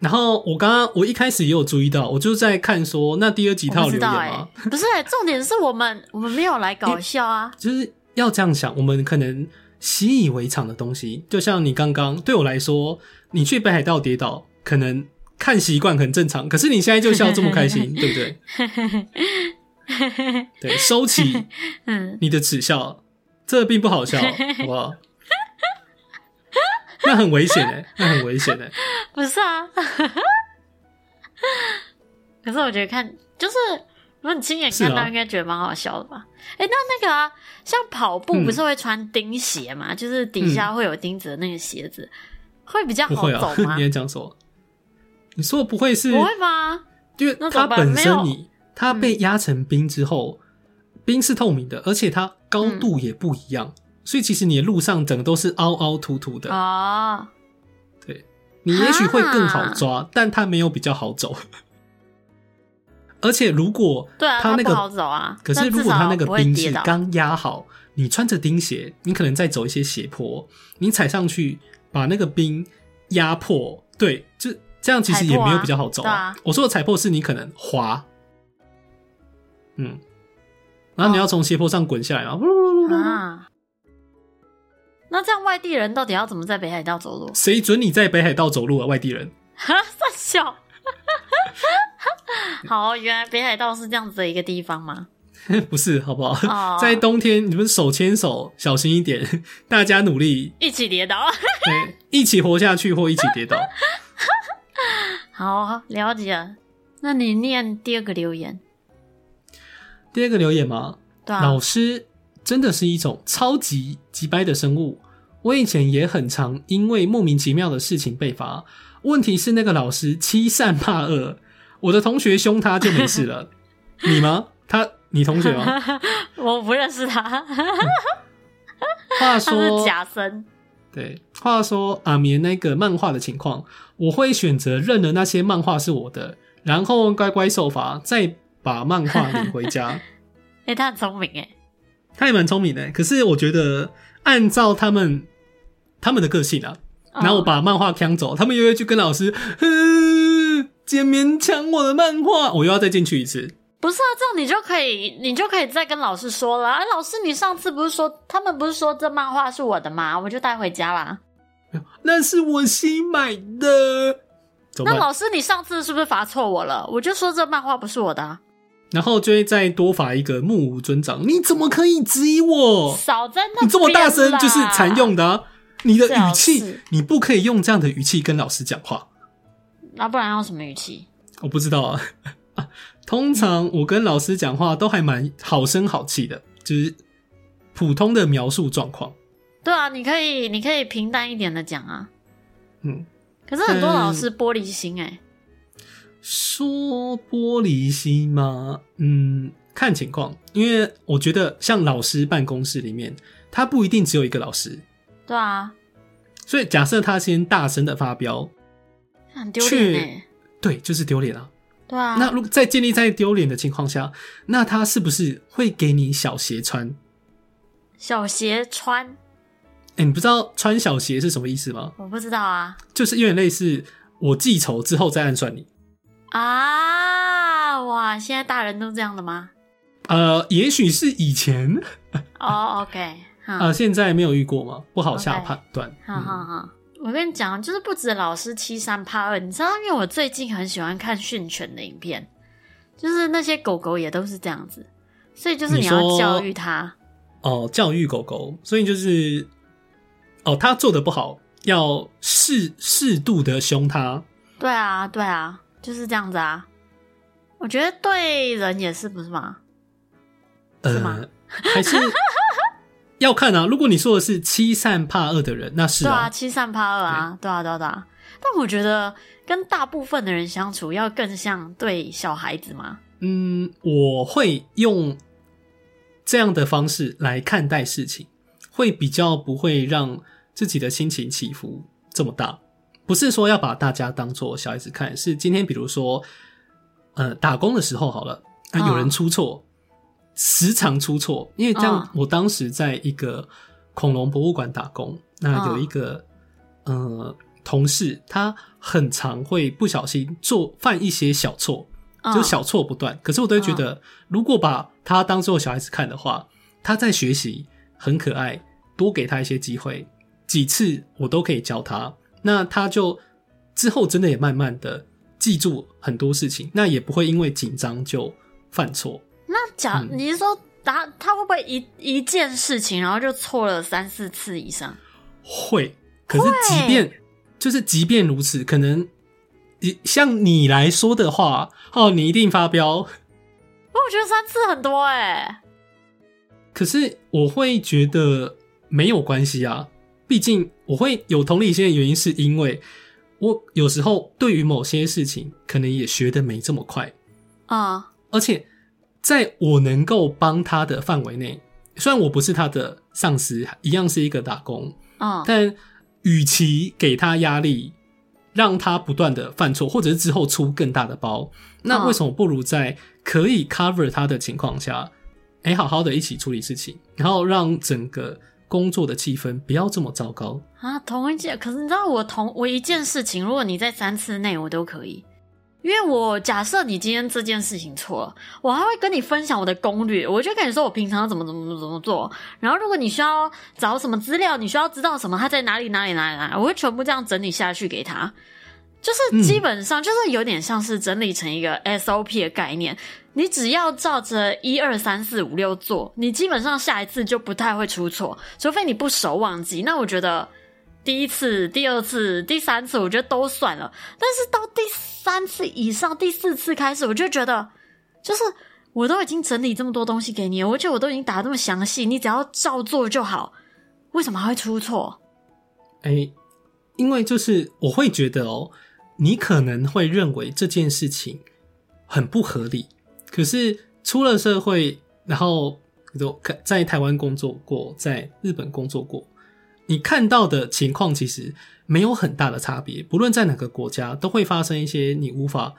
Speaker 2: 然后我刚刚我一开始也有注意到，我就在看说那第二集
Speaker 1: 我
Speaker 2: 他有
Speaker 1: 不
Speaker 2: 留
Speaker 1: 知
Speaker 2: 言
Speaker 1: 道
Speaker 2: 吗？
Speaker 1: 哎、不是、欸，重点是我们我们没有来搞笑啊，
Speaker 2: 就是要这样想，我们可能习以为常的东西，就像你刚刚对我来说，你去北海道跌倒，可能看习惯很正常，可是你现在就笑这么开 心，对不对？对，收起
Speaker 1: 嗯，
Speaker 2: 你的耻笑，这并不好笑，好不好？那很危险哎、那很危险哎、
Speaker 1: 不是啊。可是我觉得看，就是如果你亲眼
Speaker 2: 是啊
Speaker 1: 看到，应该觉得蛮好笑的吧？哎、那那个啊，像跑步
Speaker 2: 嗯
Speaker 1: 不是会穿钉鞋嘛？就是底下会有钉子的那个鞋子，会比较
Speaker 2: 不
Speaker 1: 好
Speaker 2: 会
Speaker 1: 走
Speaker 2: 啊，
Speaker 1: 吗？
Speaker 2: 你在讲什么？你说的不会是
Speaker 1: 不会吗？
Speaker 2: 因为
Speaker 1: 那怎
Speaker 2: 它
Speaker 1: 么办
Speaker 2: 本
Speaker 1: 没有嗯
Speaker 2: 身你它被压成冰之后，冰是透明的，而且它高
Speaker 1: 嗯
Speaker 2: 度也不一样，所以其实你的路上整个都是凹凹凸凸的。
Speaker 1: 哦，
Speaker 2: 对，你也许会更
Speaker 1: 啊
Speaker 2: 好抓，但它没有比较好走。 而且如果
Speaker 1: 对啊，
Speaker 2: 它那
Speaker 1: 不好
Speaker 2: 个，
Speaker 1: 走啊。
Speaker 2: 可是
Speaker 1: 但
Speaker 2: 如
Speaker 1: 至
Speaker 2: 果
Speaker 1: 少
Speaker 2: 它那个
Speaker 1: 不会
Speaker 2: 冰
Speaker 1: 跌
Speaker 2: 是
Speaker 1: 倒，
Speaker 2: 刚压好，你穿着钉鞋，你可能再走一些斜坡，你踩上去把那个冰压破，对，就这样其实也没有比较好走
Speaker 1: 踩破啊对啊
Speaker 2: 我说的踩破是你可能滑，嗯，
Speaker 1: 哦
Speaker 2: 然后你要从斜坡上滚下来嘛，
Speaker 1: 啊。那这样外地人到底要怎么在北海道走路？
Speaker 2: 谁准你在北海道走路啊，外地人？
Speaker 1: 哈，算小。 好，原来北海道是这样子的一个地方吗？
Speaker 2: 不是，好不好？
Speaker 1: 哦
Speaker 2: 在冬天，你们手牵手，小心一点， 大家努力，
Speaker 1: 一起跌倒。
Speaker 2: 对，一起活下去或一起跌倒。
Speaker 1: 好，了解了。那你念第二个留言，
Speaker 2: 第二个留言嘛，
Speaker 1: 对啊
Speaker 2: 老，师真的是一种超级急掰的生物。我以前也很常因为莫名其妙的事情被罚，问题是那个老师欺善怕恶，我的同学凶他就没事 了，你吗？他你同学吗？
Speaker 1: 我不认识他，
Speaker 2: 话
Speaker 1: 他
Speaker 2: 说
Speaker 1: 是 假生。
Speaker 2: 对，话说阿棉那个漫画的情况，我会选择认了那些漫画是我的，然后乖乖受罚，再把漫画领回家。
Speaker 1: 哎、他很聪明哎，
Speaker 2: 他也蛮聪明的，可是我觉得按照他们他们的个性啊，
Speaker 1: 嗯
Speaker 2: 然
Speaker 1: 哦
Speaker 2: 后我把漫画抢走，他们又会去跟老师，呃哼，简棉抢我的漫画，我又要再进去一次。
Speaker 1: 不是啊，这样你就可以，你就可以再跟老师说了。哎，老师，你上次不是说他们不是说这漫画是我的吗？我就带回家啦。
Speaker 2: 那是我新买的，怎么
Speaker 1: 那
Speaker 2: 办？
Speaker 1: 老师，你上次是不是罚错我了？我就说这漫画不是我的、啊，
Speaker 2: 然后就会再多罚一个目无尊长，你怎么可以质疑我？
Speaker 1: 少在那
Speaker 2: 哦你这么大声
Speaker 1: 边啦
Speaker 2: 就是常用的、啊，你的语
Speaker 1: 最好
Speaker 2: 气
Speaker 1: 是，
Speaker 2: 你不可以用这样的语气跟老师讲话。
Speaker 1: 那、不然用什么语气？
Speaker 2: 我不知道啊， 啊通常我跟老师讲话都还蛮好声好气的，就是普通的描述状况。
Speaker 1: 对啊，你可以，你可以平淡一点的讲啊。
Speaker 2: 嗯，
Speaker 1: 可是很多
Speaker 2: 嗯
Speaker 1: 老师玻璃心哎、
Speaker 2: 说玻璃心吗？嗯，看情况，因为我觉得像老师办公室里面，他不一定只有一个老师，
Speaker 1: 对啊，
Speaker 2: 所以假设他先大声的发飙，
Speaker 1: 很丢脸哎
Speaker 2: 去，对，就是丢脸啊。
Speaker 1: 对啊，
Speaker 2: 那如果在建立在丢脸的情况下，那他是不是会给你小鞋穿？
Speaker 1: 小鞋穿，
Speaker 2: 哎、你不知道穿小鞋是什么意思吗？
Speaker 1: 我不知道啊
Speaker 2: 就是有点类似我记仇之后再暗算你。
Speaker 1: 啊！哇，现在大人都这样的吗？
Speaker 2: 呃，也许是以前，
Speaker 1: 哦、o k 好，
Speaker 2: 啊，现在没有遇过嘛，不好下判断。
Speaker 1: 好好
Speaker 2: 嗯
Speaker 1: 好，我跟你讲，就是不止老师欺善怕恶，你知道，因为我最近很喜欢看训犬的影片，就是那些狗狗也都是这样子，所以就是
Speaker 2: 你
Speaker 1: 你要
Speaker 2: 说
Speaker 1: 教育它，
Speaker 2: 哦，教育狗狗，所以就是哦，他做的不好，要适适度的凶他。
Speaker 1: 对啊，对啊，就是这样子啊。我觉得对人也是，不是吗？是吗
Speaker 2: 呃，还是要看啊。如果你说的是欺善怕恶的人，那是哦
Speaker 1: 对啊，欺善怕恶啊，对啊，对啊，对啊。但我觉得跟大部分的人相处，要更像对小孩子嘛。
Speaker 2: 嗯，我会用这样的方式来看待事情，会比较不会让自己的心情起伏这么大。不是说要把大家当做小孩子看，是今天比如说，呃，打工的时候好了，啊、
Speaker 1: 嗯
Speaker 2: 有人出错，时常出错，因为这样，我当时在一个恐龙博物馆打工，那有一个、呃同事，他很常会不小心做犯一些小错，
Speaker 1: 嗯、
Speaker 2: 就小错不断。可是我都会觉得，如果把他当做小孩子看的话，他在学习很可爱，多给他一些机会，几次我都可以教他，那他就之后真的也慢慢的记住很多事情，那也不会因为紧张就犯错。
Speaker 1: 那假，
Speaker 2: 嗯
Speaker 1: 你是说打他会不会一一件事情，然后就错了三四次以上？
Speaker 2: 会，可是即便就是即便如此，可能以像你来说的话，哦，你一定发飙。
Speaker 1: 我觉得三次很多哎、
Speaker 2: 可是我会觉得没有关系啊，毕竟我会有同理心的原因，是因为我有时候对于某些事情，可能也学的没这么快，
Speaker 1: 嗯
Speaker 2: 而且在我能够帮他的范围内，虽然我不是他的上司，一样是一个打工，
Speaker 1: 嗯，
Speaker 2: 但与其给他压力，让他不断的犯错，或者是之后出更大的包，那
Speaker 1: 嗯
Speaker 2: 为什么不如在可以 cover 他的情况下，哎、好好的一起处理事情，然后让整个工作的气氛不要这么糟糕？
Speaker 1: 啊，同一件，可是你知道我同我一件事情，如果你在三次内我都可以，因为我假设你今天这件事情错了，我还会跟你分享我的攻略，我就跟你说我平常要怎么怎么怎么怎么做，然后如果你需要找什么资料，你需要知道什么，它在哪里哪里哪里哪里，我会全部这样整理下去给他。就是基本上就是有点像是整理成一个 SOP 的概念，你只要照着一二三四五六做，你基本上下一次就不太会出错，除非你不熟忘记。那我觉得第一次、第二次、第三次，我觉得都算了。但是到第三次以上、第四次开始，我就觉得，就是我都已经整理这么多东西给你了，而且我都已经打得这么详细，你只要照做就好，为什么还会出错？
Speaker 2: 哎、因为就是我会觉得哦，你可能会认为这件事情很不合理，可是出了社会，然后都在台湾工作过，在日本工作过，你看到的情况其实没有很大的差别，不论在哪个国家都会发生一些你无法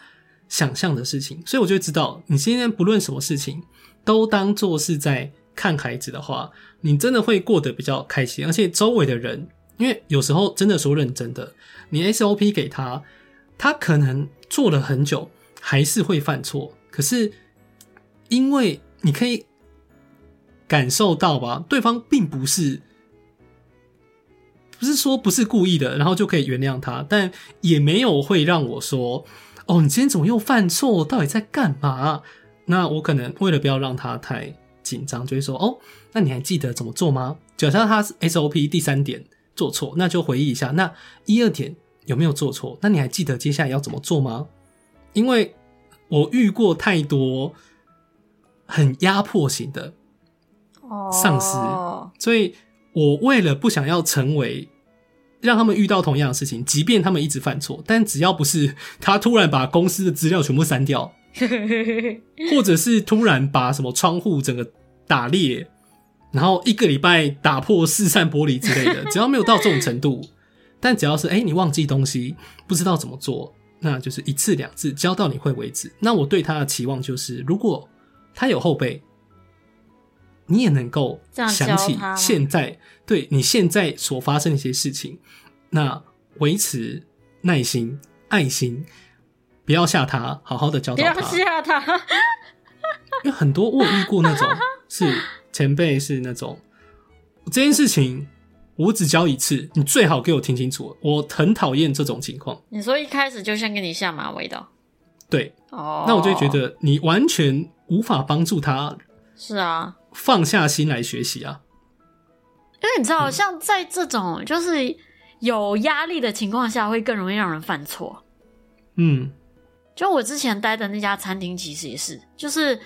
Speaker 2: 想象的事情，所以我就知道，你今天不论什么事情，都当做是在看孩子的话，你真的会过得比较开心，而且周围的人，因为有时候真的说认真的，你 SOP 给他，他可能做了很久，还是会犯错，可是因为你可以感受到吧，对方并不是。不是说不是故意的，然后就可以原谅他，但也没有会让我说，哦，你今天怎么又犯错？到底在干嘛？那我可能为了不要让他太紧张，就会说哦，那你还记得怎么做吗？假设他是 SOP 第三点做错，那就回忆一下，那一二点有没有做错？那你还记得接下来要怎么做吗？因为我遇过太多很压迫型的，
Speaker 1: 哦
Speaker 2: 丧失所以我为了不想要成为让他们遇到同样的事情，即便他们一直犯错，但只要不是他突然把公司的资料全部删掉，或者是突然把什么窗户整个打裂，然后一个礼拜打破四扇玻璃之类的，只要没有到这种程 度，但只要是哎、诶你忘记东西，不知道怎么做，那就是一次两次教到你会为止。那我对他的期望就是，如果他有后辈，你也能够
Speaker 1: 这样
Speaker 2: 想
Speaker 1: 教
Speaker 2: 起
Speaker 1: 他吗
Speaker 2: 现在对你现在所发生的一些事情，那维持耐心、爱心，不要吓他，好好的教
Speaker 1: 不
Speaker 2: 导
Speaker 1: 要
Speaker 2: 他。
Speaker 1: 吓他。
Speaker 2: 因为很多我有遇过那种是前辈是那种这件事情我只教一次，你最好给我听清楚。我很讨厌这种情况，
Speaker 1: 你说一开始就先给你下马威的哦
Speaker 2: 对，
Speaker 1: 哦，
Speaker 2: 那我就会觉得你完全无法帮助他
Speaker 1: 是啊，
Speaker 2: 放下心来学习啊。
Speaker 1: 因为你知道，像在这种就是有压力的情况下，会更容易让人犯错。
Speaker 2: 嗯，
Speaker 1: 就我之前待的那家餐厅，其实也是，就是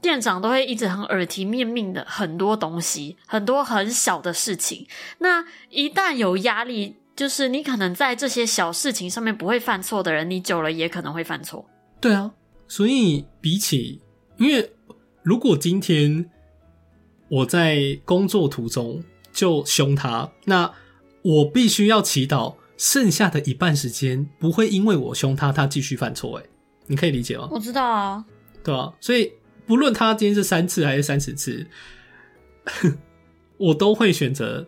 Speaker 1: 店长都会一直很耳提面命的很多东西，很多很小的事情。那一旦有压力，就是你可能在这些小事情上面不会犯错的人，你久了也可能会犯错。
Speaker 2: 对啊，所以比起，因为如果今天我在工作途中就凶他，那我必须要祈祷剩下的一半时间不会因为我凶他，他继续犯错。哎，你可以理解吗？
Speaker 1: 我知道啊，
Speaker 2: 对啊，所以不论他今天是三次还是三十次， 我都会选择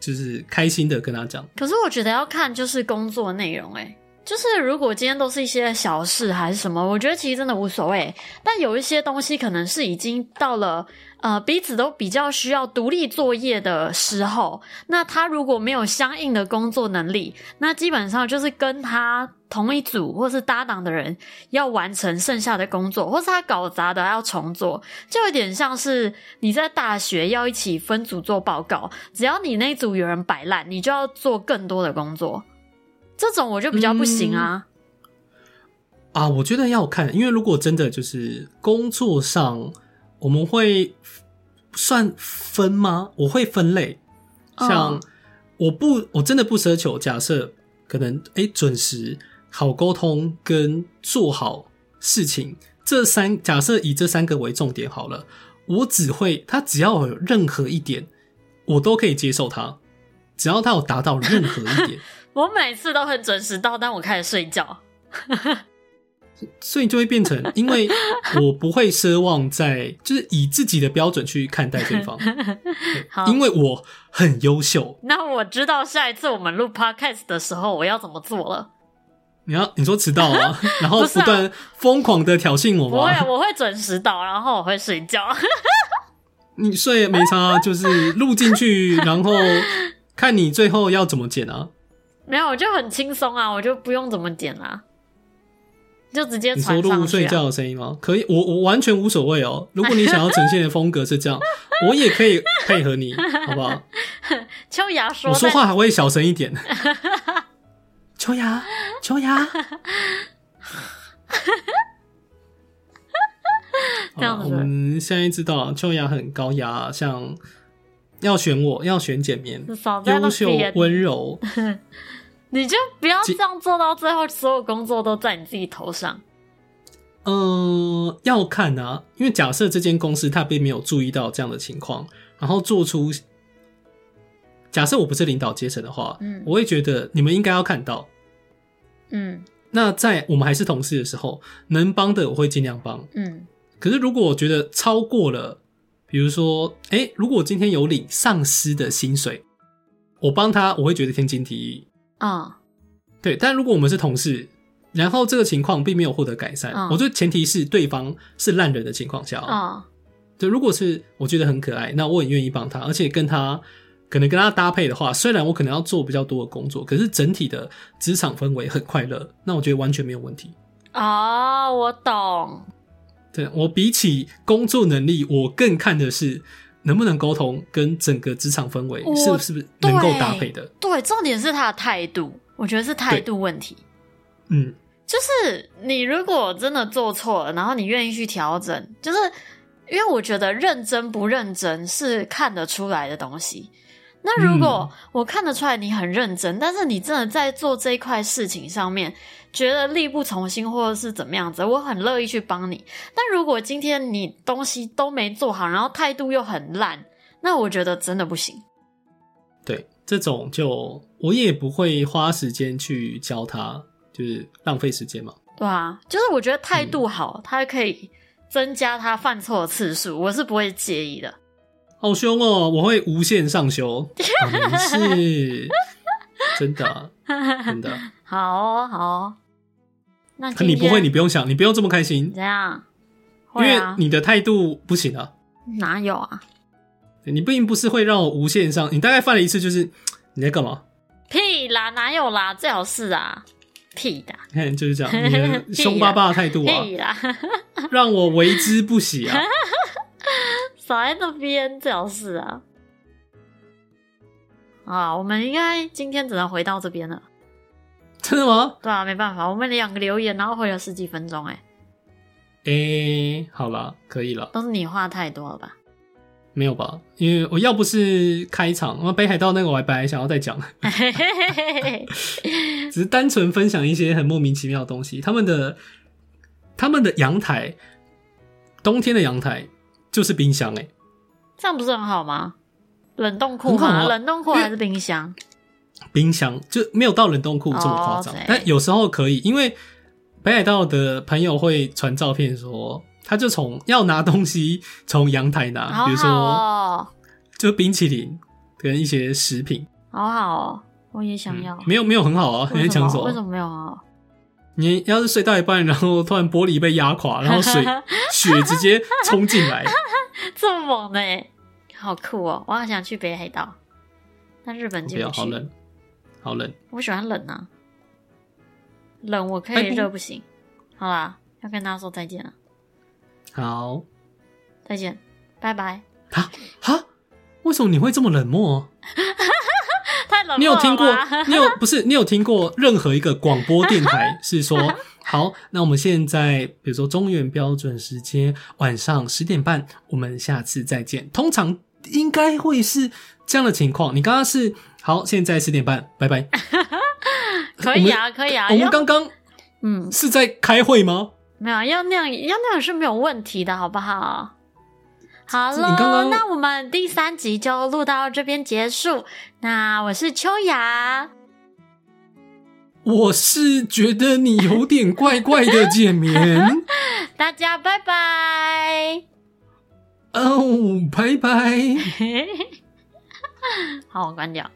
Speaker 2: 就是开心的跟他讲。
Speaker 1: 可是我觉得要看就是工作内容、欸，哎，就是如果今天都是一些小事还是什么，我觉得其实真的无所谓。但有一些东西可能是已经到了呃彼此都比较需要独立作业的时候，那他如果没有相应的工作能力，那基本上就是跟他同一组或是搭档的人要完成剩下的工作，或是他搞砸的要重做，就有点像是你在大学要一起分组做报告，只要你那一组有人摆烂，你就要做更多的工作。这种我就比较不行啊。
Speaker 2: 啊，我觉得要看，因为如果真的就是工作上，我们会算分吗？我会分类，
Speaker 1: 嗯
Speaker 2: 像我不，我真的不奢求。假设可能哎、诶准时、好沟通跟做好事情这三，假设以这三个为重点好了，我只会他只要有任何一点，我都可以接受他，只要他有达到任何一点，
Speaker 1: 我每次都很准时到，但我开始睡觉。
Speaker 2: 所以就会 变成，因为我不会奢望在，就是以自己的标准去看待对方，
Speaker 1: 好，
Speaker 2: 因为我很优秀。
Speaker 1: 那我知道下一次我们录 podcast 的时候我要怎么做了。
Speaker 2: 你要你说迟到 啊，然后
Speaker 1: 不是
Speaker 2: 不
Speaker 1: 啊
Speaker 2: 断疯狂的挑衅我
Speaker 1: 不会啊
Speaker 2: 吗？，
Speaker 1: 我会准时到，然后我会睡觉。
Speaker 2: 你睡也没差啊，就是录 进去，然后看你最后要怎么剪啊。
Speaker 1: 没有，我就很轻松啊，我就不用怎么点啦、就直接
Speaker 2: 你
Speaker 1: 传上
Speaker 2: 说
Speaker 1: 去、
Speaker 2: 录
Speaker 1: 啊。
Speaker 2: 睡觉的声音吗？可以，我我完全无所谓哦。如果你想要呈现的风格是这样，我也可以配合你，好不好？
Speaker 1: 秋雅说
Speaker 2: 我说
Speaker 1: 在
Speaker 2: 话还会小声一 点。秋雅，秋雅，
Speaker 1: 这样子
Speaker 2: 好啦我们现在知道秋雅很高雅，像要选我，要选简棉，
Speaker 1: 少在那
Speaker 2: 优秀
Speaker 1: 边，
Speaker 2: 温柔。
Speaker 1: 你就不要
Speaker 2: 几
Speaker 1: 这样做到最后，所有工作都在你自己头上。
Speaker 2: 呃，要看啊，因为假设这间公司他并没有注意到这样的情况，然后做出假设我不是领导阶层的话，
Speaker 1: 嗯
Speaker 2: 我会觉得你们应该要看到。
Speaker 1: 嗯
Speaker 2: 那在我们还是同事的时候，能帮的我会尽量帮。
Speaker 1: 嗯
Speaker 2: 可是如果我觉得超过了，比如说，哎、如果我今天有领上司的薪水，我帮他，我会觉得天经地义。
Speaker 1: 嗯
Speaker 2: 对，但如果我们是同事，然后这个情况并没有获得改善，
Speaker 1: 嗯
Speaker 2: 我觉得前提是对方是烂人的情况下、啊，
Speaker 1: 嗯
Speaker 2: 对，如果是我觉得很可爱，那我很愿意帮他，而且跟他可能跟他搭配的话，虽然我可能要做比较多的工作，可是整体的职场氛围很快乐，那我觉得完全没有问题。
Speaker 1: 哦，我懂。
Speaker 2: 对我比起工作能力，我更看的是能不能沟通，跟整个职场氛围
Speaker 1: 我
Speaker 2: 是不是能够搭配的。
Speaker 1: 对，重点是他的态度，我觉得是态
Speaker 2: 对
Speaker 1: 度问题。
Speaker 2: 嗯，
Speaker 1: 就是你如果真的做错了，然后你愿意去调整，就是因为我觉得认真不认真是看得出来的东西。那如果我看得出来你很认真，但是你真的在做这一块事情上面觉得力不从心，或者是怎么样子，我很乐意去帮你。但如果今天你东西都没做好，然后态度又很烂，那我觉得真的不行。
Speaker 2: 对，这种就我也不会花时间去教他，就是浪费时间嘛。
Speaker 1: 对啊，就是我觉得态度好，他可以增加他犯错的次数，我是不会介意的。
Speaker 2: 好凶哦，我会无限上 修，啊、没事，真的啊真 的啊。
Speaker 1: 好哦，好哦。那今天
Speaker 2: 你不会，你不用想，你不用这么开心，
Speaker 1: 怎样？
Speaker 2: 因
Speaker 1: 会
Speaker 2: 为
Speaker 1: 啊，
Speaker 2: 你的态度不行啊。
Speaker 1: 哪有啊？
Speaker 2: 你并不是会让我无限上，你大概犯了一次就是你在干嘛？
Speaker 1: 屁啦，哪有啦？最好是啊，屁的，
Speaker 2: 嘿，就是这样，你的凶巴巴的态度啊，
Speaker 1: 屁啦，
Speaker 2: 让我为之不喜啊。
Speaker 1: 少在那边，最好是啊。啊，我们应该今天只能回到这边了。
Speaker 2: 真的吗？
Speaker 1: 对啊，没办法，我们两个留言，然后回了十几分钟、欸，哎，
Speaker 2: 诶、好啦，可以了，
Speaker 1: 都是你话太多了吧？
Speaker 2: 没有吧？因为我要不是开场，那北海道那个我还本来想要再讲，
Speaker 1: 嘿嘿嘿嘿嘿嘿
Speaker 2: 只是单纯分享一些很莫名其妙的东西。他们的他们的阳台，冬天的阳台就是冰箱欸诶、
Speaker 1: 这样不是很好吗？冷冻库
Speaker 2: 很好
Speaker 1: 吗？
Speaker 2: 啊
Speaker 1: 冷冻库还是冰箱？
Speaker 2: 冰箱就没有到冷冻库这么夸张
Speaker 1: 哦，对
Speaker 2: 但有时候可以，因为北海道的朋友会传照片说，他就从要拿东西从阳台拿，
Speaker 1: 好
Speaker 2: 啊比如
Speaker 1: 好
Speaker 2: 说
Speaker 1: 哦，
Speaker 2: 就冰淇淋跟一些食品，
Speaker 1: 好好哦，我也想要
Speaker 2: 嗯。没有没有很好啊，你
Speaker 1: 为
Speaker 2: 在
Speaker 1: 什
Speaker 2: 讲什
Speaker 1: 么？为什
Speaker 2: 么？
Speaker 1: 么没有啊？
Speaker 2: 你要是睡到一半，然后突然玻璃被压 垮，然后水血直接冲进来，
Speaker 1: 这么猛呢、欸好酷哦！我好想去北海道，但日本
Speaker 2: 不
Speaker 1: 进
Speaker 2: 要，
Speaker 1: 去。
Speaker 2: 好冷，好冷。
Speaker 1: 我喜欢冷啊，冷我可
Speaker 2: 拜
Speaker 1: 以，
Speaker 2: 拜
Speaker 1: 热不行。好啦，要跟大家说再见了，
Speaker 2: 好
Speaker 1: 再见，拜拜。
Speaker 2: 啊哈，为什么你会这么冷漠？
Speaker 1: 太冷漠了吧，
Speaker 2: 你有听过？你有不是？你有听过任何一个广播电台 是说，好，那我们现在比如说中原标准时间晚上十点半，我们下次再见。通常应该会是这样的情况。你刚刚是好，现在十点半，拜拜。
Speaker 1: 可以啊，可以啊。
Speaker 2: 我们
Speaker 1: 要
Speaker 2: 刚刚
Speaker 1: 嗯，
Speaker 2: 是在开会吗？
Speaker 1: 没有啊要那样，要那样是没有问题的，好不好？好
Speaker 2: 这你刚
Speaker 1: 了，
Speaker 2: 刚
Speaker 1: 那我们第三集就录到这边结束。那我是秋雅，
Speaker 2: 我是觉得你有点怪怪的，简 眠。
Speaker 1: 大家拜拜。
Speaker 2: 哦，拜拜。
Speaker 1: 好，我关掉。